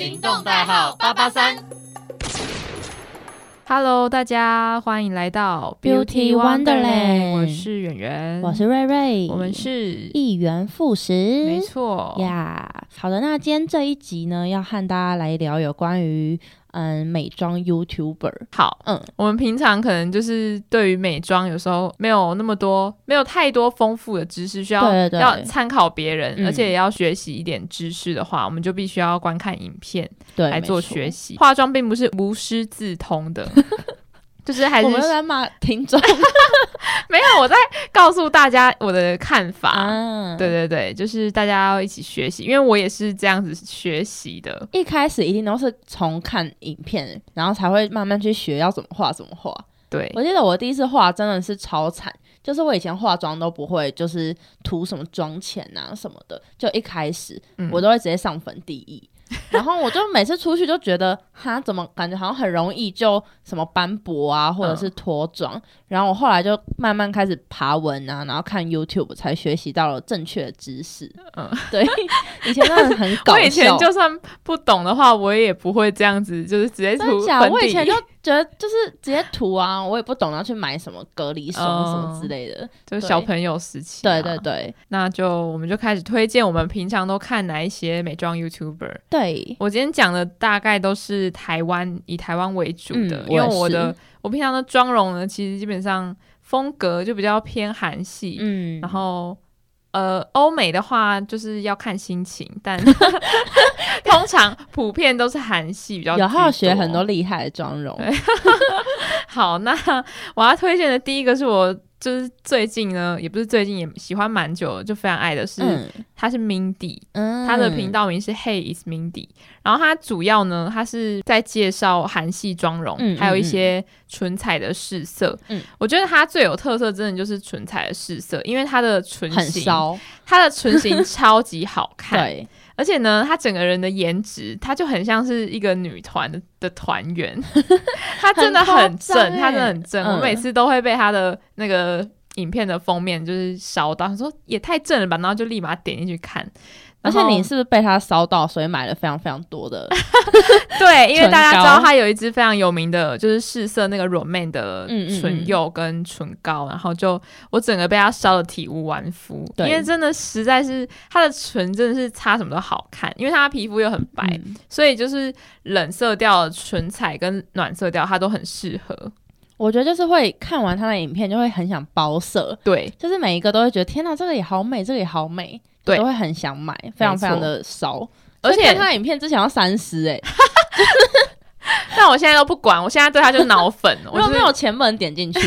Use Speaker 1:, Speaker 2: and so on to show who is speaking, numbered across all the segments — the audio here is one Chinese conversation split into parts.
Speaker 1: 运动代号八八三。
Speaker 2: Hello，大家欢迎来到
Speaker 3: Beauty Wonderland
Speaker 2: 我是圆圆，
Speaker 3: 我是瑞瑞，
Speaker 2: 我们是
Speaker 3: 一元复始，
Speaker 2: 没错
Speaker 3: 呀。好的，那今天这一集呢，要和大家来聊有关于嗯美妆 YouTuber。
Speaker 2: 好，
Speaker 3: 嗯，
Speaker 2: 我们平常可能就是对于美妆有时候没有那么多，没有太多丰富的知识需要
Speaker 3: 对对对
Speaker 2: 要参考别人，
Speaker 3: 嗯
Speaker 2: 而且也要学习一点知识的话，我们就必须要观看影片
Speaker 3: 对，
Speaker 2: 来
Speaker 3: 没
Speaker 2: 做
Speaker 3: 错
Speaker 2: 学。习。化妆并不是无师自通 的，就是还是
Speaker 3: 我们又来骂听众
Speaker 2: 没有我在告诉大家我的看 法。
Speaker 3: 啊，
Speaker 2: 对。对对，就是大家要一起学习，因为我也是这样子学习的。
Speaker 3: 一开始一定都是从看影片，然后才会慢慢去学要怎么画怎么画。
Speaker 2: 对，
Speaker 3: 我记得我第一次画真的是超惨，就是我以前化妆都不会，就是涂什么妆前啊什么的，就一开始
Speaker 2: 嗯
Speaker 3: 我都会直接上粉底 液。然后我就每次出去就觉得，哈，怎么感觉好像很容易就什么斑
Speaker 2: 嗯
Speaker 3: 驳啊，或者是脱妆。然后我后来就慢慢开始爬文啊，然后看 YouTube 才学习到了正确的知识。
Speaker 2: 嗯
Speaker 3: 对，以前真的很搞笑。
Speaker 2: 我以前就算不懂的话，我也不会这样子，就是直接涂
Speaker 3: 真假？
Speaker 2: 粉
Speaker 3: 我以
Speaker 2: 底
Speaker 3: 前。就觉得就是直接涂啊，我也不懂要去买什么隔离霜什么之类 的。
Speaker 2: 就是小朋友时期、啊
Speaker 3: 对对，对
Speaker 2: 那就我们就开始推荐我们平常都看哪一些美妆 YouTuber。
Speaker 3: 对，
Speaker 2: 我今天讲的大概都是台湾，以台湾为主的，
Speaker 3: 嗯
Speaker 2: 因为
Speaker 3: 我也
Speaker 2: 我
Speaker 3: 是
Speaker 2: 的我平常的妆容呢，其实基本上风格就比较偏韩系，
Speaker 3: 嗯，
Speaker 2: 然后呃，欧美的话就是要看心情， 但通常普遍都是韩系比较
Speaker 3: 有还有
Speaker 2: 居
Speaker 3: 学很多厉害的妆容，
Speaker 2: 啊对好，那我要推荐的第一个是我就是最近呢，也不是最近，也喜欢蛮久了，就非常爱的是，
Speaker 3: 嗯
Speaker 2: 他是 Mindy，
Speaker 3: 嗯
Speaker 2: 他的频道名是 Hey is Mindy，然后他主要呢，他是在介绍韩系妆容，
Speaker 3: 嗯嗯
Speaker 2: 还有一些唇彩的试色。
Speaker 3: 嗯
Speaker 2: 我觉得他最有特色，真的就是唇彩的试色，因为他的唇
Speaker 3: 很
Speaker 2: 型，
Speaker 3: 骚，
Speaker 2: 他的唇型超级好看，
Speaker 3: 对，
Speaker 2: 而且呢，他整个人的颜值，他就很像是一个女团的的团 员，他真的很正，
Speaker 3: 很夸张欸
Speaker 2: 他真的很正，
Speaker 3: 嗯
Speaker 2: 我每次都会被他的那个影片的封面就是烧到，想说也太正了吧，然后就立马点进去看。
Speaker 3: 而
Speaker 2: 然
Speaker 3: 且
Speaker 2: 后
Speaker 3: 你是不是被他骚到，所以买了非常非常多的？
Speaker 2: 对，因为
Speaker 3: 唇
Speaker 2: 大家知道
Speaker 3: 膏
Speaker 2: 他有一支非常有名的，就是试色那个 Romaine 的
Speaker 3: 嗯嗯
Speaker 2: 唇
Speaker 3: 嗯
Speaker 2: 釉跟唇膏，然后就我整个被他烧的体无完肤，因
Speaker 3: 对
Speaker 2: 为真的实在是他的唇真的是擦什么都好看，因为他皮肤又很白，
Speaker 3: 嗯
Speaker 2: 所以就是冷色调、唇彩跟暖色调它都很适合。
Speaker 3: 我觉得就是会看完他的影片，就会很想包色，
Speaker 2: 对，
Speaker 3: 就是每一个都会觉得天哪，这个也好美，这个也好美，
Speaker 2: 对
Speaker 3: 都会很想买，非常非常的骚。
Speaker 2: 而
Speaker 3: 所以
Speaker 2: 且
Speaker 3: 看他的影片之前要三思哎，
Speaker 2: 但我现在都不管，我现在对它就是脑粉，
Speaker 3: 如
Speaker 2: 我
Speaker 3: 果
Speaker 2: 就是
Speaker 3: 没有钱不能点 进去，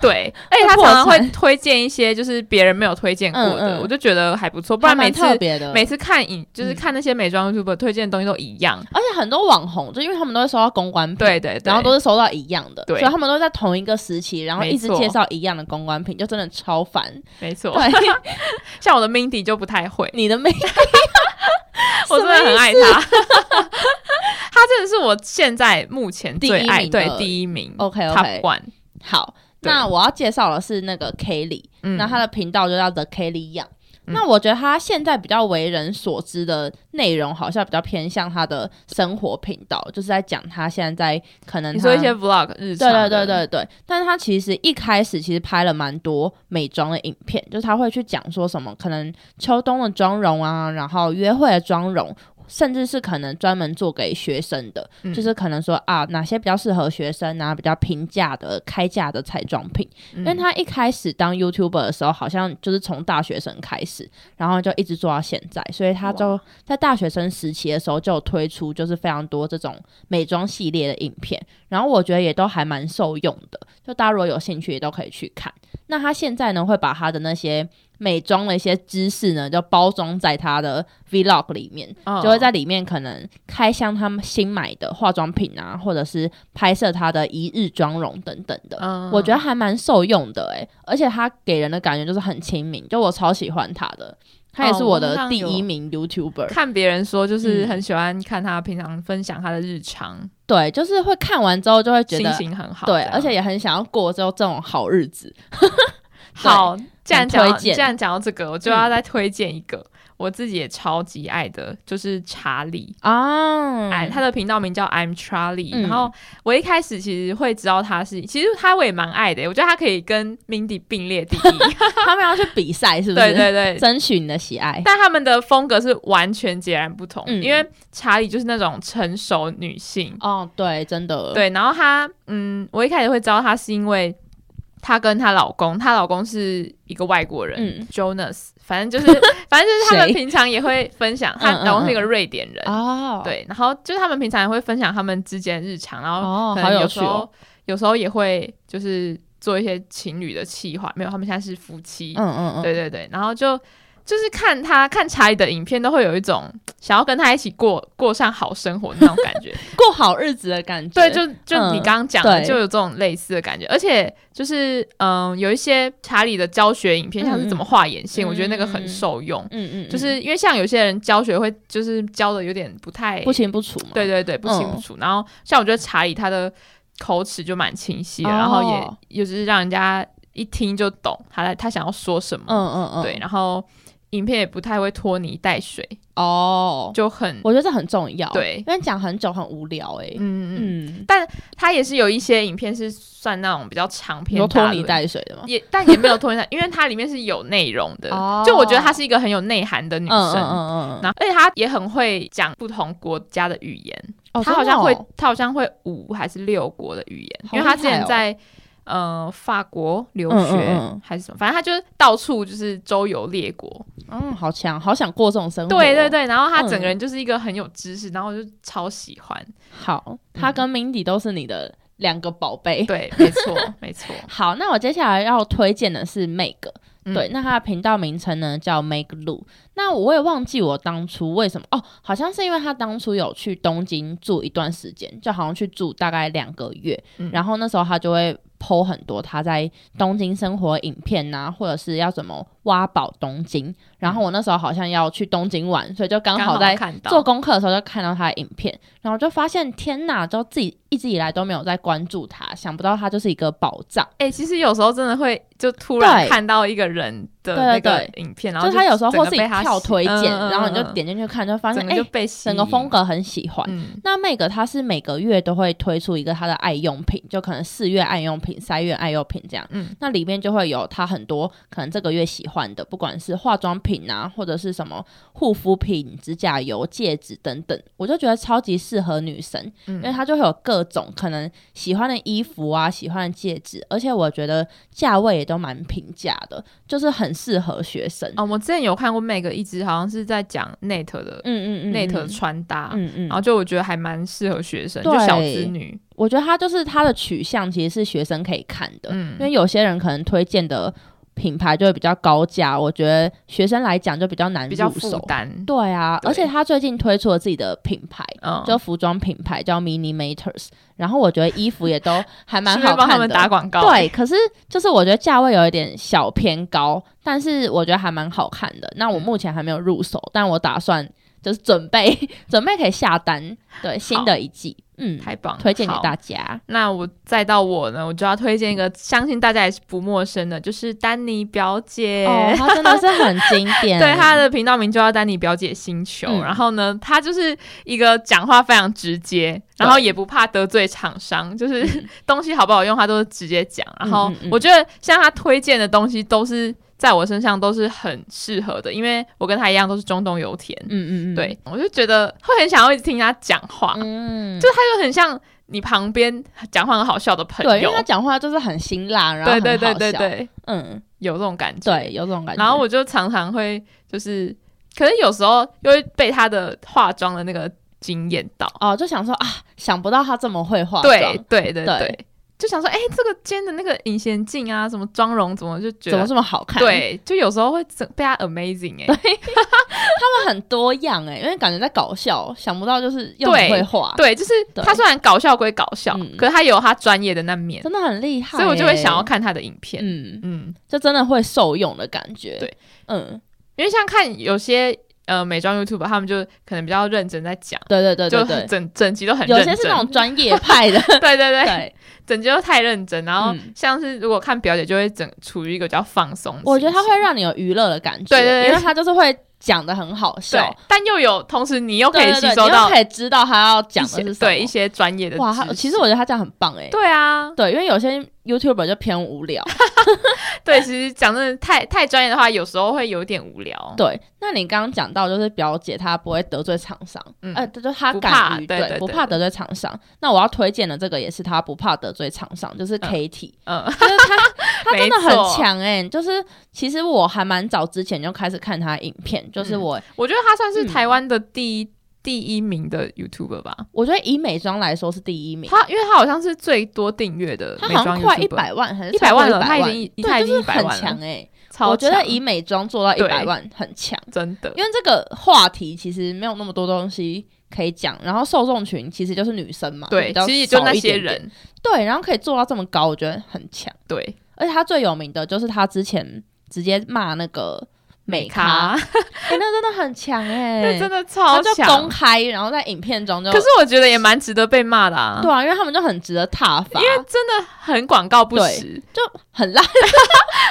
Speaker 2: 对，而哎且他
Speaker 3: 破
Speaker 2: 常常会
Speaker 3: 产
Speaker 2: 推荐一些就是别人没有推荐过的，
Speaker 3: 嗯嗯
Speaker 2: 我就觉得还不错，不然
Speaker 3: 还
Speaker 2: 每
Speaker 3: 蛮
Speaker 2: 次
Speaker 3: 特别的，
Speaker 2: 每次看影
Speaker 3: 嗯
Speaker 2: 就是看那些美妆 YouTube 推荐的东西都一样。
Speaker 3: 而且很多网红就因为他们都会收到公关品，
Speaker 2: 对对对，
Speaker 3: 然后都是收到一样的，
Speaker 2: 对
Speaker 3: 所以他们都在同一个时期，然后一直
Speaker 2: 没错
Speaker 3: 介绍一样的公关品，就真的超烦。
Speaker 2: 没错。
Speaker 3: 对，
Speaker 2: 像我的 Mindy 就不太会，
Speaker 3: 你的妹，
Speaker 2: 我真的很爱她。 她真的是我现在目前最爱，
Speaker 3: 第一名的
Speaker 2: 对第一名
Speaker 3: OK，OK
Speaker 2: Top One，
Speaker 3: 好，
Speaker 2: 对
Speaker 3: 那我要介绍的是那个 Kelly，
Speaker 2: 嗯，
Speaker 3: 那她的频道就叫 The Kelly Yang。
Speaker 2: 嗯
Speaker 3: 那我觉得她现在比较为人所知的内容，好像比较偏向她的生活频道，就是在讲她现在在可能
Speaker 2: 你说一
Speaker 3: 她
Speaker 2: 些 Vlog 日常
Speaker 3: 对
Speaker 2: 的，
Speaker 3: 嗯对对对对，但是他其实一开始其实拍了蛮多美妆的影片，就是他会去讲说什么可能秋冬的妆容啊，然后约会的妆容，甚至是可能专门做给学生的，
Speaker 2: 嗯
Speaker 3: 就是可能说啊哪些比较适合学生啊，比较平价的开价的彩妆品。
Speaker 2: 嗯，
Speaker 3: 但他一开始当 YouTuber 的时候，好像就是从大学生开始，然后就一直做到现在，所以他就在大学生时期的时候就有推出就是非常多这种美妆系列的影片，然后我觉得也都还蛮受用的，就大家如果有兴趣也都可以去看。那他现在呢会把他的那些美妆的一些知识呢，就包装在他的 Vlog 里面，
Speaker 2: 嗯
Speaker 3: 就会在里面可能开箱他们新买的化妆品啊，或者是拍摄他的一日妆容等等的。
Speaker 2: 嗯
Speaker 3: 我觉得还蛮受用的诶、欸而且他给人的感觉就是很亲民，就我超喜欢他的，他也是我的第一名 YouTuber、
Speaker 2: 看别人说就是
Speaker 3: 嗯
Speaker 2: 很喜欢看她平常分享她的日常，
Speaker 3: 对，就是会看完之后就会觉
Speaker 2: 心
Speaker 3: 得，
Speaker 2: 情很好这
Speaker 3: 对，
Speaker 2: 样，
Speaker 3: 而且也很想要过之后这种好日子。
Speaker 2: 好，既然讲到
Speaker 3: 推荐嗯
Speaker 2: 既然讲到这个，我就要再推荐一个。我自己也超级爱的，就是查理。
Speaker 3: 啊，
Speaker 2: 哎，他的频道名叫 I'm Charlie，、
Speaker 3: 嗯
Speaker 2: 然后我一开始其实会知道他是，其实他我也蛮爱的，我觉得他可以跟 Mindy 并列 第一，
Speaker 3: 他们要去比赛是不
Speaker 2: 对
Speaker 3: 是？
Speaker 2: 对对，
Speaker 3: 争取你的喜爱。
Speaker 2: 但他们的风格是完全截然不同，
Speaker 3: 嗯
Speaker 2: 因为查理就是那种成熟女性，
Speaker 3: 哦，对，真的，，
Speaker 2: 对，然后她，嗯，我一开始会知道她是因为她跟她老公，她老公是一个外国人、
Speaker 3: 嗯
Speaker 2: Jonas，反正就是反正就是他们
Speaker 3: 谁
Speaker 2: 平常也会分享，她
Speaker 3: 嗯嗯
Speaker 2: 老公是一个
Speaker 3: 嗯
Speaker 2: 瑞典人，
Speaker 3: 哦，，
Speaker 2: 对，然后就是他们平常也会分享他们之间的日常，然后
Speaker 3: 哦
Speaker 2: 可，
Speaker 3: 好
Speaker 2: 能有
Speaker 3: 趣
Speaker 2: 时
Speaker 3: 哦，
Speaker 2: 候有时候也会就是做一些情侣的企划，没有，他们现在是夫妻，
Speaker 3: 嗯嗯嗯，
Speaker 2: 对对对，然后就就是看他看查理的影片，都会有一种想要跟他一起过过上好生活的那种感觉。
Speaker 3: 过好日子的感觉，
Speaker 2: 对，就就你
Speaker 3: 嗯
Speaker 2: 刚刚讲的，
Speaker 3: 对
Speaker 2: 就有这种类似的感觉，而且就是嗯，有一些查理的教学影片，像是怎么画眼线，我觉得那个
Speaker 3: 嗯
Speaker 2: 很
Speaker 3: 嗯
Speaker 2: 受用，
Speaker 3: 嗯嗯，
Speaker 2: 就是因为像有些人教学会就是教的有点不太
Speaker 3: 嗯不清不楚嘛，
Speaker 2: 对对对，不清不
Speaker 3: 嗯
Speaker 2: 楚。然后像我觉得查理他的口齿就蛮清晰的，然后
Speaker 3: 哦
Speaker 2: 也也就是让人家一听就懂他在他想要说什么。
Speaker 3: 嗯嗯嗯，
Speaker 2: 对，，然后影片也不太会拖泥带水，
Speaker 3: 哦，
Speaker 2: 就很
Speaker 3: 我觉得这很重要，
Speaker 2: 对
Speaker 3: 因为讲很久很无聊哎，
Speaker 2: 嗯嗯，
Speaker 3: 嗯，
Speaker 2: 他也是有一些影片是算那种比较长
Speaker 3: 你
Speaker 2: 篇
Speaker 3: 说
Speaker 2: 大
Speaker 3: 拖
Speaker 2: 论
Speaker 3: 泥。带水的吗？
Speaker 2: 也，但也没有拖泥带，因为它里面是有内容的。
Speaker 3: 哦
Speaker 2: 就我觉得她是一个很有内涵的女
Speaker 3: 嗯
Speaker 2: 生，
Speaker 3: 嗯嗯嗯
Speaker 2: 然后而且她也很会讲不同国家的语言。
Speaker 3: 嗯，
Speaker 2: 她好像会
Speaker 3: 哦，
Speaker 2: 她好像会五还是六国的语言，
Speaker 3: 好
Speaker 2: 因为她
Speaker 3: 厉
Speaker 2: 之
Speaker 3: 害
Speaker 2: 前
Speaker 3: 哦
Speaker 2: 在、呃法国留
Speaker 3: 嗯嗯
Speaker 2: 学
Speaker 3: 嗯
Speaker 2: 还是什么，反正她就是到处就是周游列国。
Speaker 3: 真的哦嗯，好强，好想过这种生活，
Speaker 2: 对对，对，然后他整个
Speaker 3: 嗯
Speaker 2: 人就是一个很有知识，然后我就超喜欢。
Speaker 3: 好，
Speaker 2: 嗯
Speaker 3: 他跟 Mindy 都是你的两个宝贝，
Speaker 2: 对，没 错，没错。
Speaker 3: 好，那我接下来要推荐的是 Make，、
Speaker 2: 嗯
Speaker 3: 对，那它的频道名称呢叫 Make Lu。那我也忘记我当初为什么哦，好像是因为他当初有去东京住一段时间，就好像去住大概两个月，
Speaker 2: 嗯
Speaker 3: 然后那时候他就会。剖很多他在东京生活影片呐、或者是要怎么挖宝东京。然后我那时候好像要去东京玩，所以就刚
Speaker 2: 嗯刚好
Speaker 3: 嗯好在
Speaker 2: 看到
Speaker 3: 做功课的时候就看到他的影片，然后就发现天哪，就自己一直以来都没有在关注他，想不到他就是一个宝藏。
Speaker 2: 哎、其实有时候真的会就突然
Speaker 3: 对
Speaker 2: 看到一个人的
Speaker 3: 对
Speaker 2: 那个
Speaker 3: 对
Speaker 2: 影片，然
Speaker 3: 就
Speaker 2: 后
Speaker 3: 是他有时候
Speaker 2: 整
Speaker 3: 或
Speaker 2: 个
Speaker 3: 自己
Speaker 2: 被他
Speaker 3: 跳
Speaker 2: 洗
Speaker 3: 推
Speaker 2: 嗯
Speaker 3: 荐，
Speaker 2: 嗯
Speaker 3: 然后你就
Speaker 2: 嗯嗯
Speaker 3: 点进去看，就发现
Speaker 2: 整
Speaker 3: 哎、
Speaker 2: 个就
Speaker 3: 诶
Speaker 2: 被吸
Speaker 3: 整个
Speaker 2: 引
Speaker 3: 风。格很喜欢。
Speaker 2: 嗯
Speaker 3: 那 Meg 它是每个月都会推出一个它的爱用品，就可能四月爱用品、三月爱用品这样。
Speaker 2: 嗯，
Speaker 3: 那里面就会有它很多可能这个月喜欢的，不管是化妆品啊，或者是什么护肤品、指甲油、戒指等等，我就觉得超级适合女生。因为
Speaker 2: 嗯，
Speaker 3: 它就会有各种可能喜欢的衣服啊，喜欢的戒指，而且我觉得价位也都蛮平价的，就是很适合学生。
Speaker 2: 哦，我之前有看过 Meg 一直好像是在讲 Net 的、
Speaker 3: 嗯嗯嗯
Speaker 2: Net 的穿搭，
Speaker 3: 嗯嗯
Speaker 2: 然后就我觉得还蛮适合学生，就
Speaker 3: 对
Speaker 2: 小资女，
Speaker 3: 我觉得它就是它的取向其实是学生可以看的，
Speaker 2: 嗯
Speaker 3: 呃因为有些人可能推荐的品牌就会比较高价，我觉得学生来讲就比较难
Speaker 2: 比较
Speaker 3: 入
Speaker 2: 负
Speaker 3: 手。
Speaker 2: 担。
Speaker 3: 对啊，
Speaker 2: 对
Speaker 3: 而且他最近推出了自己的品牌，
Speaker 2: 嗯，
Speaker 3: 就服装品牌叫 Mini Maters，然后我觉得衣服也都还蛮
Speaker 2: 顺便
Speaker 3: 好
Speaker 2: 帮他
Speaker 3: 看
Speaker 2: 们
Speaker 3: 的。
Speaker 2: 打广告。
Speaker 3: 对，可是就是我觉得价位有一点小偏高，但是我觉得还蛮好看的。那我
Speaker 2: 嗯
Speaker 3: 目前还没有入手，但我打算就是准备 准备可以下单，对新的一季，嗯，
Speaker 2: 太棒了，
Speaker 3: 推荐给
Speaker 2: 好
Speaker 3: 大家。
Speaker 2: 那我再到我呢，我就要推荐一个，相信大家也是不陌生的，就是丹尼表姐。
Speaker 3: 哦，它真的是很 经典，
Speaker 2: 对，她的频道名就叫丹尼表姐星球。
Speaker 3: 嗯
Speaker 2: 然后呢，她就是一个讲话非常直接，然后也不怕得罪厂商，就是 东西好不好用，她都直接讲。然后
Speaker 3: 嗯嗯嗯
Speaker 2: 我觉得像她推荐的东西都是。在我身上都是很适合的，因为我跟她一样都是中东油田，
Speaker 3: 嗯，嗯嗯嗯，
Speaker 2: 对我就觉得会很想要一直听她讲话，
Speaker 3: 嗯，
Speaker 2: 就她就很像你旁边讲话很好笑的朋友，
Speaker 3: 对，因为他讲话就是很辛辣，然后
Speaker 2: 对对
Speaker 3: 很
Speaker 2: 对
Speaker 3: 好
Speaker 2: 对
Speaker 3: 笑，
Speaker 2: 对，
Speaker 3: 嗯，
Speaker 2: 有这种感觉。
Speaker 3: 对，有这种感觉。
Speaker 2: 然后我就常常会就是，可是有时候又会被他的化妆的那个惊艳到。
Speaker 3: 哦，就想说啊，想不到他这么会化妆，
Speaker 2: 对对对
Speaker 3: 对
Speaker 2: 对，就想说，哎、这个今天的那个隐形镜啊，什么妆容，怎么就觉
Speaker 3: 怎么
Speaker 2: 得。
Speaker 3: 这么好看？，
Speaker 2: 啊对，就有时候会整被他 amazing 哎、
Speaker 3: 他很多样哎、因为感觉在搞笑，想不到就是又
Speaker 2: 对
Speaker 3: 很会画，
Speaker 2: 对，就是
Speaker 3: 对
Speaker 2: 他虽然搞笑归搞笑，
Speaker 3: 嗯
Speaker 2: 可是他有他专业的那面，
Speaker 3: 真的很厉害欸、
Speaker 2: 所以我就会想要看他的影片，
Speaker 3: 嗯，
Speaker 2: 嗯，
Speaker 3: 就真的会受用的感觉。
Speaker 2: 对，
Speaker 3: 嗯，
Speaker 2: 因为像看有些呃美妆 YouTube，他们就可能比较认真在讲，
Speaker 3: 对对对对对
Speaker 2: 就，整整集都很认
Speaker 3: 有
Speaker 2: 真，
Speaker 3: 些是那种专业派的，
Speaker 2: 对对对，
Speaker 3: 对，
Speaker 2: 整节都太认真，然后
Speaker 3: 嗯
Speaker 2: 像是如果看表姐就会整处于一个比较放松的心情，
Speaker 3: 我觉得它会让你有娱乐的感觉，
Speaker 2: 对对对
Speaker 3: 因为它就是会讲的很好笑
Speaker 2: 对，，但又有同时你又可以
Speaker 3: 对
Speaker 2: 吸
Speaker 3: 对对
Speaker 2: 收
Speaker 3: 你
Speaker 2: 到
Speaker 3: 又可以知道他要讲
Speaker 2: 一
Speaker 3: 的
Speaker 2: 些
Speaker 3: 是什么。
Speaker 2: 对一些专业的
Speaker 3: 哇，他
Speaker 2: 知识
Speaker 3: 其实我觉得他这样很棒哎、
Speaker 2: 对嗯啊，
Speaker 3: 对，因为有些 YouTuber 就偏无聊。
Speaker 2: 对，其实讲真的太太专业的话，有时候会有点无聊。
Speaker 3: 对，那你刚刚讲到就是表姐她不会得罪厂商，
Speaker 2: 嗯
Speaker 3: 呃，就是她
Speaker 2: 不怕
Speaker 3: 敢于
Speaker 2: 对对
Speaker 3: 不
Speaker 2: 对
Speaker 3: 怕
Speaker 2: 对
Speaker 3: 得罪厂商。那我要推荐的这个也是她不怕得罪厂商，就是 Kitty，、
Speaker 2: 嗯，
Speaker 3: 就是她她真的
Speaker 2: 没错
Speaker 3: 很强哎、就是其实我还蛮早之前就开始看她影片，就是
Speaker 2: 嗯
Speaker 3: 我、
Speaker 2: 我觉得他算是
Speaker 3: 嗯
Speaker 2: 台湾的第一、第一名的 YouTuber 吧。
Speaker 3: 我觉得以美妆来说是第一名，
Speaker 2: 他因为他好像是最多订阅的
Speaker 3: 她
Speaker 2: 美
Speaker 3: 好
Speaker 2: 妆
Speaker 3: 像快一
Speaker 2: YouTuber，
Speaker 3: 百万还是
Speaker 2: 一百万了，
Speaker 3: 他
Speaker 2: 他已经他
Speaker 3: 对，
Speaker 2: 已
Speaker 3: 就
Speaker 2: 经
Speaker 3: 是
Speaker 2: 一百
Speaker 3: 很
Speaker 2: 万
Speaker 3: 强
Speaker 2: 了，
Speaker 3: 哎、
Speaker 2: 超
Speaker 3: 我觉得
Speaker 2: 强
Speaker 3: 以美妆做到一百
Speaker 2: 对
Speaker 3: 万很强。
Speaker 2: 真的
Speaker 3: 因为这个话题其实没有那么多东西可以讲，然后受众群其实就是女生嘛，
Speaker 2: 对
Speaker 3: 比，较
Speaker 2: 其实就
Speaker 3: 少
Speaker 2: 那
Speaker 3: 一
Speaker 2: 些
Speaker 3: 点点，
Speaker 2: 人，
Speaker 3: 对，然后可以做到这么高，我觉得很强。
Speaker 2: 对
Speaker 3: 而且他最有名的就是他之前直接骂那个美咖，
Speaker 2: 咖，
Speaker 3: 哎、那真的很强哎、
Speaker 2: 那 真的
Speaker 3: 他
Speaker 2: 超
Speaker 3: 就公
Speaker 2: 强。
Speaker 3: 开，然后在影片中就
Speaker 2: 可是我觉得也蛮值得被骂的啊，
Speaker 3: 对啊，因啊为他们就很值得挞
Speaker 2: 因
Speaker 3: 伐，
Speaker 2: 为真的很广告不实，
Speaker 3: 就很烂，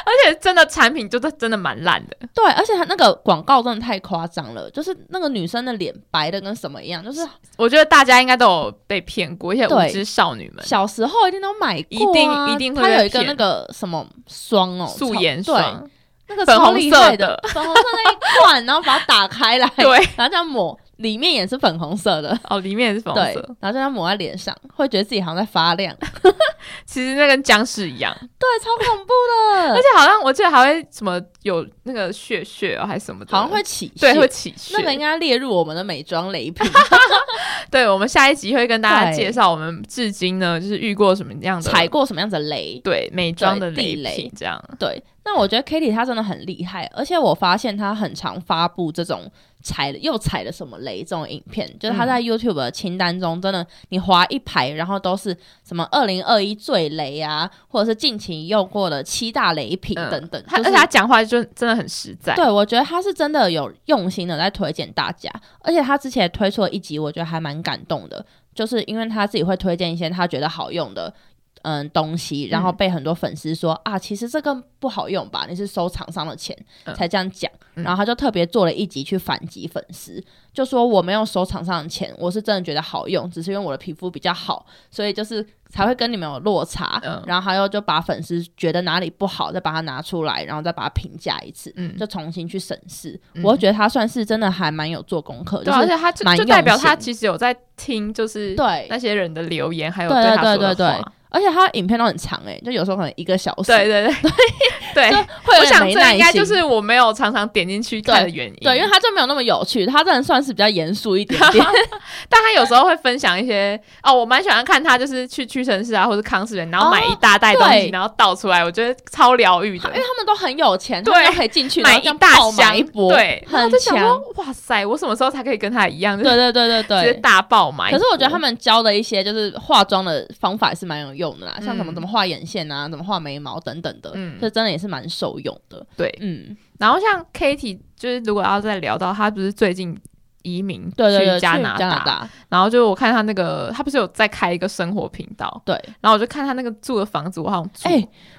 Speaker 2: 而且真的产品就是真的蛮烂的，
Speaker 3: 对，而且他那个广告真的太夸张了，就是那个女生的脸白的跟什么一样，就是
Speaker 2: 我觉得大家应该都有被骗过，一些
Speaker 3: 对
Speaker 2: 无知少女们。
Speaker 3: 小时候一定都买过、啊，
Speaker 2: 一定一定会
Speaker 3: 它有
Speaker 2: 被
Speaker 3: 一个
Speaker 2: 骗
Speaker 3: 那个什么霜哦，
Speaker 2: 素
Speaker 3: 超
Speaker 2: 颜
Speaker 3: 对，
Speaker 2: 霜，
Speaker 3: 那个
Speaker 2: 粉
Speaker 3: 超
Speaker 2: 红
Speaker 3: 厉
Speaker 2: 色
Speaker 3: 害
Speaker 2: 的
Speaker 3: 的，粉红色那一罐，然后把它打开 来，
Speaker 2: 对，
Speaker 3: 然后这样抹，里面也是粉红色的，
Speaker 2: 哦，里面也是粉红
Speaker 3: 对
Speaker 2: 色，，
Speaker 3: 然后这样抹在脸上，会觉得自己好像在 发亮，对，
Speaker 2: 其实那跟僵尸 一样，
Speaker 3: 超恐怖的，
Speaker 2: 而且好像我记得还会什么有那个血血哦，还是什么的，
Speaker 3: 好像会起
Speaker 2: 对
Speaker 3: 屑
Speaker 2: 会起血。
Speaker 3: 那个应该列入我们的美妆 雷品，
Speaker 2: 对我们下一集会跟大家
Speaker 3: 对
Speaker 2: 介绍我们至今呢就是遇过什么样的
Speaker 3: 踩过什么样子的雷？
Speaker 2: 对美妆的
Speaker 3: 对地雷
Speaker 2: 品这样。
Speaker 3: 对，那我觉得 Kitty 她真的很厉害，而且我发现她很常发布这种踩又踩了什么雷这种影片，就
Speaker 2: 嗯
Speaker 3: 是她在 YouTube 的清单中，真的你划一排，然后都是什么二零二一最雷啊，或者是近期用过的七大雷品
Speaker 2: 嗯
Speaker 3: 等等，
Speaker 2: 他
Speaker 3: 就
Speaker 2: 而且
Speaker 3: 是
Speaker 2: 他讲话就真的很实在，
Speaker 3: 对，我觉得他是真的有用心的在推荐大家，而且他之前推出了一集，我觉得还蛮感动的，就是因为他自己会推荐一些他觉得好用的。嗯，东西，然后
Speaker 2: 嗯
Speaker 3: 被很多粉丝说、啊，其实这个不好用吧？你是收厂商的钱、
Speaker 2: 嗯
Speaker 3: 才这样讲，
Speaker 2: 嗯
Speaker 3: 然后他就特别做了一集去反击粉丝，就说我没有收厂商的钱，我是真的觉得好用，只是因为我的皮肤比较好，所以就是才会跟你们有落差。
Speaker 2: 嗯
Speaker 3: 然后他又就把粉丝觉得哪里不好，再把它拿出来，然后再把它评价一次。
Speaker 2: 嗯，
Speaker 3: 就重新去审视。
Speaker 2: 嗯
Speaker 3: 我会觉得他算是真的还蛮有做功课，就
Speaker 2: 对啊，而
Speaker 3: 是
Speaker 2: 且他就
Speaker 3: 蛮
Speaker 2: 就代表
Speaker 3: 用心
Speaker 2: 他其实有在听，就是
Speaker 3: 对，
Speaker 2: 那些人的留言，还有
Speaker 3: 对
Speaker 2: 他说
Speaker 3: 对对
Speaker 2: 的
Speaker 3: 对
Speaker 2: 话。
Speaker 3: 而且他影片都很长诶、就有时候可能一个小时，
Speaker 2: 对对对对
Speaker 3: 就
Speaker 2: 对，
Speaker 3: 会
Speaker 2: 我
Speaker 3: 有点
Speaker 2: 想
Speaker 3: 没
Speaker 2: 这
Speaker 3: 耐
Speaker 2: 应该
Speaker 3: 心。
Speaker 2: 就是我没有常常点进去看的
Speaker 3: 对
Speaker 2: 原因。
Speaker 3: 对，因为他就没有那么有趣，他真的算是比较严肃一点 点。
Speaker 2: 但他有时候会分享一些哦，我蛮喜欢看他就是去屈臣氏啊，或是康士人，然后买一大袋东
Speaker 3: 哦
Speaker 2: 西，
Speaker 3: 对
Speaker 2: 然后倒出来，我觉得超疗愈的
Speaker 3: 因为。他们都很有钱，他
Speaker 2: 对
Speaker 3: 们都可以进去，然
Speaker 2: 买
Speaker 3: 后这
Speaker 2: 一
Speaker 3: 样
Speaker 2: 大
Speaker 3: 爆买
Speaker 2: 箱
Speaker 3: 一波，
Speaker 2: 对，然后
Speaker 3: 很
Speaker 2: 就想
Speaker 3: 强。
Speaker 2: 说，哇塞，我什么时候才可以跟他一样，就是
Speaker 3: 对对对对
Speaker 2: 直接
Speaker 3: 对。
Speaker 2: 大爆买一
Speaker 3: 可
Speaker 2: 波？
Speaker 3: 是我觉得他们教的一些就是化妆的方法是蛮有用的啦，像什么
Speaker 2: 嗯
Speaker 3: 怎么画眼线啊，怎么画眉毛等等的，
Speaker 2: 嗯
Speaker 3: 这真的也是蛮受用的。
Speaker 2: 对
Speaker 3: 嗯，
Speaker 2: 然后像 Katy，就是如果要再聊到她，不是最近移民去
Speaker 3: 对对对，
Speaker 2: 加
Speaker 3: 去
Speaker 2: 拿
Speaker 3: 加拿
Speaker 2: 大，
Speaker 3: 大，
Speaker 2: 然后就我看她那个，她不是有在开一个生活频道，
Speaker 3: 对，
Speaker 2: 然后我就看她那个住的房子，我好像住，
Speaker 3: 哎、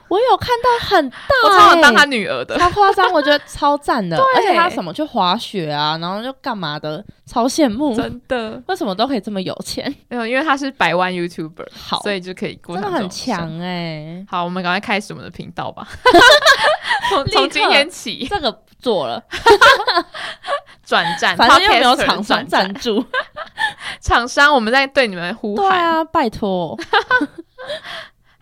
Speaker 3: 我有看到很大、欸
Speaker 2: 我超想当她
Speaker 3: 他
Speaker 2: 女儿 的，
Speaker 3: 超夸张，我觉得超赞的。而
Speaker 2: 对
Speaker 3: 且他什么去滑雪啊，然后就干嘛的，超羡慕。
Speaker 2: 真的
Speaker 3: 为什么都可以这么有钱？
Speaker 2: 没有，因为她是百万 YouTuber，
Speaker 3: 好，
Speaker 2: 所以就可以过
Speaker 3: 真
Speaker 2: 上
Speaker 3: 的
Speaker 2: 这
Speaker 3: 很
Speaker 2: 种生活
Speaker 3: 强哎、
Speaker 2: 好，我们赶快开始我们的频 道吧。从
Speaker 3: 立刻
Speaker 2: 从今天起
Speaker 3: 这个不做了，
Speaker 2: 转战，
Speaker 3: 反正又没有
Speaker 2: Podcaster
Speaker 3: 厂商
Speaker 2: 转战
Speaker 3: 赞助。
Speaker 2: 厂商，我们在对你们呼
Speaker 3: 对
Speaker 2: 喊。
Speaker 3: 啊，拜托，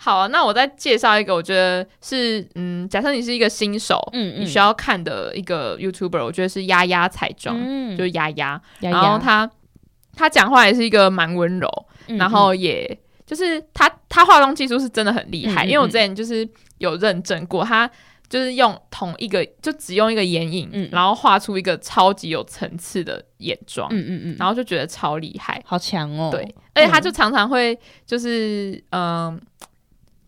Speaker 2: 好啊，那我再介绍一个，我觉得是嗯，假设你是一个新手，
Speaker 3: 嗯嗯，
Speaker 2: 你需要看的一个 YouTuber，我觉得是丫丫彩妆，
Speaker 3: 嗯
Speaker 2: 就是丫丫，
Speaker 3: 丫
Speaker 2: 然
Speaker 3: 丫
Speaker 2: 后她她讲话也是一个蛮温柔，
Speaker 3: 嗯
Speaker 2: 然
Speaker 3: 嗯
Speaker 2: 后也就是她她化妆技术是真的很厉害，
Speaker 3: 嗯嗯
Speaker 2: 因为我之前就是有认证过她。就是用同一个，就只用一个眼影，
Speaker 3: 嗯
Speaker 2: 然后画出一个超级有层次的眼妆，
Speaker 3: 嗯嗯嗯，
Speaker 2: 然后就觉得超厉害。
Speaker 3: 好强哦，
Speaker 2: 对，而且她就常常会就是嗯、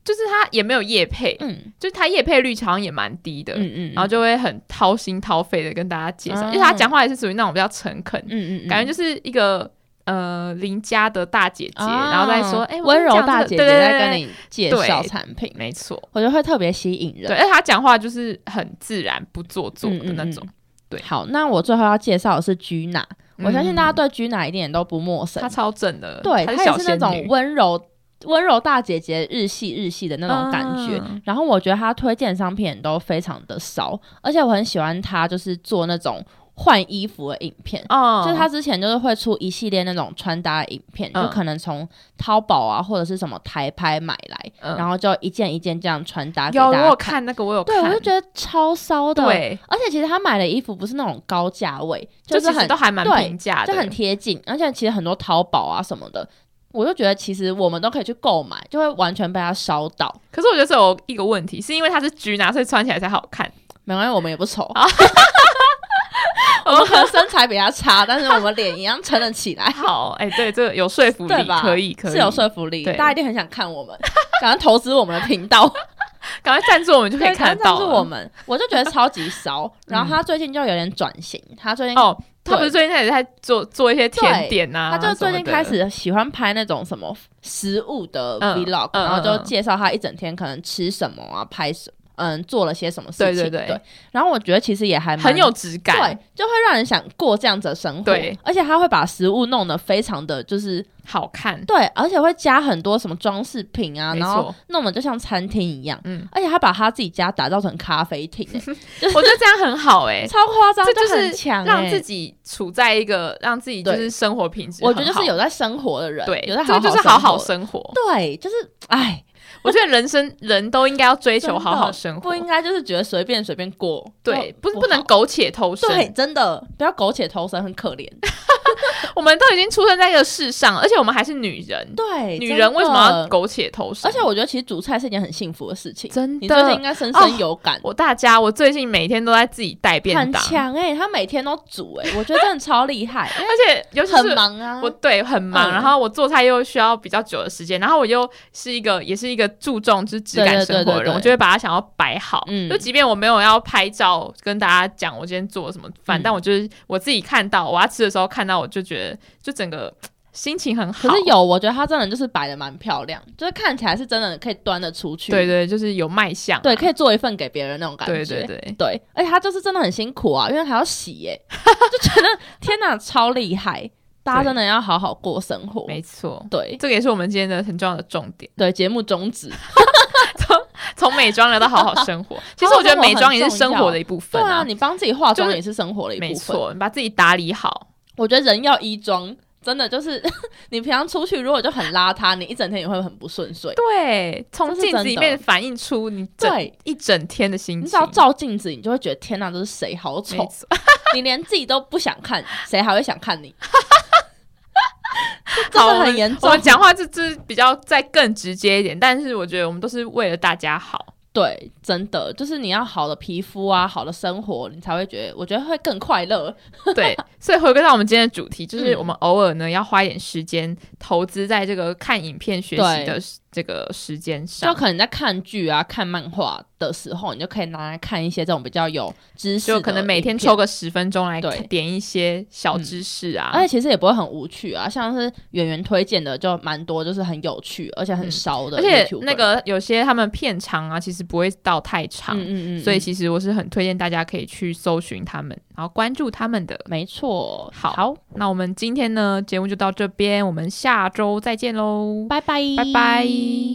Speaker 2: 就是她也没有夜配，
Speaker 3: 嗯，
Speaker 2: 就是她夜配率好像也蛮低的，
Speaker 3: 嗯嗯嗯，
Speaker 2: 然后就会很掏心掏肺的跟大家介绍，因
Speaker 3: 嗯
Speaker 2: 为他讲话也是属于那种比较诚恳，
Speaker 3: 嗯嗯嗯，
Speaker 2: 感觉就是一个呃邻家的大姐姐，
Speaker 3: 啊
Speaker 2: 然后再说哎我
Speaker 3: 温
Speaker 2: 跟你
Speaker 3: 柔
Speaker 2: 讲
Speaker 3: 大
Speaker 2: 这个
Speaker 3: 姐姐
Speaker 2: 对对对
Speaker 3: 在跟
Speaker 2: 对
Speaker 3: 你介
Speaker 2: 对
Speaker 3: 绍产品
Speaker 2: 对，没错，
Speaker 3: 我觉得会特别吸引人
Speaker 2: 对，。而且他讲话就是很自然不做作
Speaker 3: 嗯
Speaker 2: 的
Speaker 3: 嗯
Speaker 2: 那种。对
Speaker 3: 好，那我最后要介绍的是 Gina，、我相信大家对 Gina 一定也都不陌生
Speaker 2: 嗯她。嗯超正的，
Speaker 3: 对，
Speaker 2: 她
Speaker 3: 她也
Speaker 2: 小
Speaker 3: 是那
Speaker 2: 仙
Speaker 3: 种
Speaker 2: 女
Speaker 3: 温柔温柔大姐姐，日系日系的那种感觉。
Speaker 2: 嗯
Speaker 3: 然后我觉得她推荐商品也都非常的骚，而且我很喜欢她就是做那种换衣服的影片。
Speaker 2: 哦，
Speaker 3: 就是她之前就是会出一系列那种穿搭的影片，
Speaker 2: 嗯
Speaker 3: 就可能从淘宝啊或者是什么台拍买来，
Speaker 2: 嗯
Speaker 3: 然后就一件一件这样穿搭给
Speaker 2: 有
Speaker 3: 大
Speaker 2: 我
Speaker 3: 家
Speaker 2: 有
Speaker 3: 看。
Speaker 2: 看那个，我有看，
Speaker 3: 对，我就觉得超骚的。，
Speaker 2: 对，
Speaker 3: 而且其实她买的衣服不是那种高价位，
Speaker 2: 就是其实
Speaker 3: 很
Speaker 2: 都还蛮
Speaker 3: 对
Speaker 2: 平价的，
Speaker 3: 就很贴近，而且其实很多淘宝啊什么的，我就觉得其实我们都可以去购买，就会完全被它烧到。
Speaker 2: 可是我觉得这有一个问题，是因为它是橘拿，所以穿起来才好看。
Speaker 3: 没关系，我们也不丑，
Speaker 2: 啊我
Speaker 3: 我们
Speaker 2: 们
Speaker 3: 可能身材比较差，但是我们脸一样撑得起来，
Speaker 2: 好，哎、对，这个有说服
Speaker 3: 对
Speaker 2: 力，
Speaker 3: 吧？
Speaker 2: 可以，可以，
Speaker 3: 是有说服力，
Speaker 2: 对
Speaker 3: 大家一定很想看我们，想要投资我们的频道，
Speaker 2: 赶快赞助我们就 可以
Speaker 3: 对
Speaker 2: 看得
Speaker 3: 但
Speaker 2: 到啊
Speaker 3: 是
Speaker 2: 了。
Speaker 3: 我们，我就觉得超级 骚。然后他最近就有点转型，他最近
Speaker 2: 哦，他
Speaker 3: 对
Speaker 2: 不是最近开始在做做一些甜点呐、
Speaker 3: 他
Speaker 2: 啊，
Speaker 3: 就最近
Speaker 2: 什么的
Speaker 3: 开，始喜欢拍那种什么食物的
Speaker 2: 嗯
Speaker 3: vlog，、
Speaker 2: 嗯
Speaker 3: 然后
Speaker 2: 嗯
Speaker 3: 就
Speaker 2: 嗯
Speaker 3: 介绍他一整天可能吃什么啊，拍什嗯做了些什么事
Speaker 2: 对
Speaker 3: 情。
Speaker 2: 对对
Speaker 3: 然后我觉得其实也还蛮
Speaker 2: 很有质感
Speaker 3: 对，，就会让人想过这样子的生活。
Speaker 2: 对，
Speaker 3: 而且他会把食物弄得非常的就是
Speaker 2: 好看，
Speaker 3: 对，而且会加很多什么装饰品啊，
Speaker 2: 没
Speaker 3: 然后
Speaker 2: 错。
Speaker 3: 弄得就像餐厅一样。
Speaker 2: 嗯，
Speaker 3: 而且他把他自己家打造成咖啡厅、 欸
Speaker 2: 我觉得这样很好 哎、
Speaker 3: 超夸张，
Speaker 2: 这就
Speaker 3: 很
Speaker 2: 是
Speaker 3: 强、欸，
Speaker 2: 让自己处在一个让自己就
Speaker 3: 对
Speaker 2: 是生活品质很
Speaker 3: 我
Speaker 2: 好，
Speaker 3: 觉得就是有在生活的人，
Speaker 2: 对，
Speaker 3: 有在
Speaker 2: 这
Speaker 3: 好
Speaker 2: 个就是好好
Speaker 3: 活的
Speaker 2: 生活。
Speaker 3: 对，就是哎，
Speaker 2: 我觉得人生人都应该要追求好好生活，
Speaker 3: 不应该就是觉得随便随便过，
Speaker 2: 对，不是不
Speaker 3: 好
Speaker 2: 能苟且偷生。
Speaker 3: 对，真的不要苟且偷生，很可怜。
Speaker 2: 我们都已经出生在这个世上，而且我们还是女人，
Speaker 3: 对，
Speaker 2: 女
Speaker 3: 真
Speaker 2: 人为什么要
Speaker 3: 的？
Speaker 2: 苟且偷生？
Speaker 3: 而且我觉得其实煮菜是一件很幸福的哦事情，
Speaker 2: 真
Speaker 3: 你最近应
Speaker 2: 的，
Speaker 3: 该深深有感。
Speaker 2: 我大家，我最近每天都在自己带便
Speaker 3: 很
Speaker 2: 当，
Speaker 3: 强哎、他每天都煮哎、我觉得真的超厉害，因
Speaker 2: 而且尤
Speaker 3: 为
Speaker 2: 其
Speaker 3: 很
Speaker 2: 是。
Speaker 3: 忙啊。
Speaker 2: 我对很忙，
Speaker 3: 嗯
Speaker 2: 然后我做菜又需要比较久的时间，然后我又是一个也是一个注重就是质感
Speaker 3: 对对
Speaker 2: 生活的
Speaker 3: 对对
Speaker 2: 人，
Speaker 3: 对
Speaker 2: 我就会把它想要摆好。
Speaker 3: 嗯
Speaker 2: 就即便我没有要拍照跟大家讲我今天做了什么饭，
Speaker 3: 嗯
Speaker 2: 但我就是我自己看到我要吃的时候看到，我就觉得就整个心情很好。
Speaker 3: 可是有，我觉得他真的就是摆的蛮漂亮，就是看起来是真的可以端得出去，
Speaker 2: 对对，就是有卖相啊、
Speaker 3: 对，可以做一份给别人那种感觉。
Speaker 2: 对对对，
Speaker 3: 对，而且他就是真的很辛苦啊，因为还要洗 耶、就觉得天哪，超厉害！大家真的要好好过生活。
Speaker 2: 没错，
Speaker 3: 对
Speaker 2: 这个也是我们今天的很重要的重点，
Speaker 3: 对，节目宗旨。
Speaker 2: 从美妆聊到好好生 活。其实我觉得美妆也是生活的一部
Speaker 3: 对
Speaker 2: 分
Speaker 3: 啊，你帮自己化妆
Speaker 2: 就是
Speaker 3: 也是生活的一部分。
Speaker 2: 没错，你把自己打理好，
Speaker 3: 我觉得人要衣装，真的就是你平常出去如果就很邋遢，你一整天也会很不顺遂。
Speaker 2: 对，从
Speaker 3: 这是
Speaker 2: 镜子
Speaker 3: 真的
Speaker 2: 里面反映出你整
Speaker 3: 对，
Speaker 2: 一整天的心
Speaker 3: 你只
Speaker 2: 情
Speaker 3: 要。照镜子，你就会觉得天哪，这是谁好
Speaker 2: 没
Speaker 3: 丑？
Speaker 2: 错，
Speaker 3: 你连自己都不想看，谁还会想看 你？真
Speaker 2: 好，
Speaker 3: 的
Speaker 2: 我
Speaker 3: 很
Speaker 2: 们
Speaker 3: 严
Speaker 2: 我
Speaker 3: 重
Speaker 2: 们。讲话这这比较再更直接一点，但是我觉得我们都是为了大家 好。
Speaker 3: 对，真的就是你要好的皮肤啊，好的生活，你才会觉得，我觉得会更快乐。
Speaker 2: 对，所以回归到我们今天的主题，就是
Speaker 3: 嗯
Speaker 2: 我们偶尔呢要花一点时间投资在这个看影片学习
Speaker 3: 对
Speaker 2: 的这个时间
Speaker 3: 就
Speaker 2: 上，
Speaker 3: 可能在看剧啊、看漫画的时候，你就可以拿来看一些这种比较有知识，
Speaker 2: 就可能每天抽。个十分钟来
Speaker 3: 对嗯
Speaker 2: 点一些小知识啊。
Speaker 3: 而且其实也不会很无趣啊，像是演员推荐的就蛮多，就是很有趣而且很烧
Speaker 2: 嗯
Speaker 3: 的
Speaker 2: 而且
Speaker 3: YouTuber
Speaker 2: 那个有些他们片长啊，其实不会到太长，
Speaker 3: 嗯嗯嗯，
Speaker 2: 所以
Speaker 3: 嗯
Speaker 2: 其实我是很推荐大家可以去搜寻他们，然后关注他们的。
Speaker 3: 没错。
Speaker 2: 好那我们今天呢节目就到这边，我们下周再见喽，
Speaker 3: 拜拜，
Speaker 2: 拜拜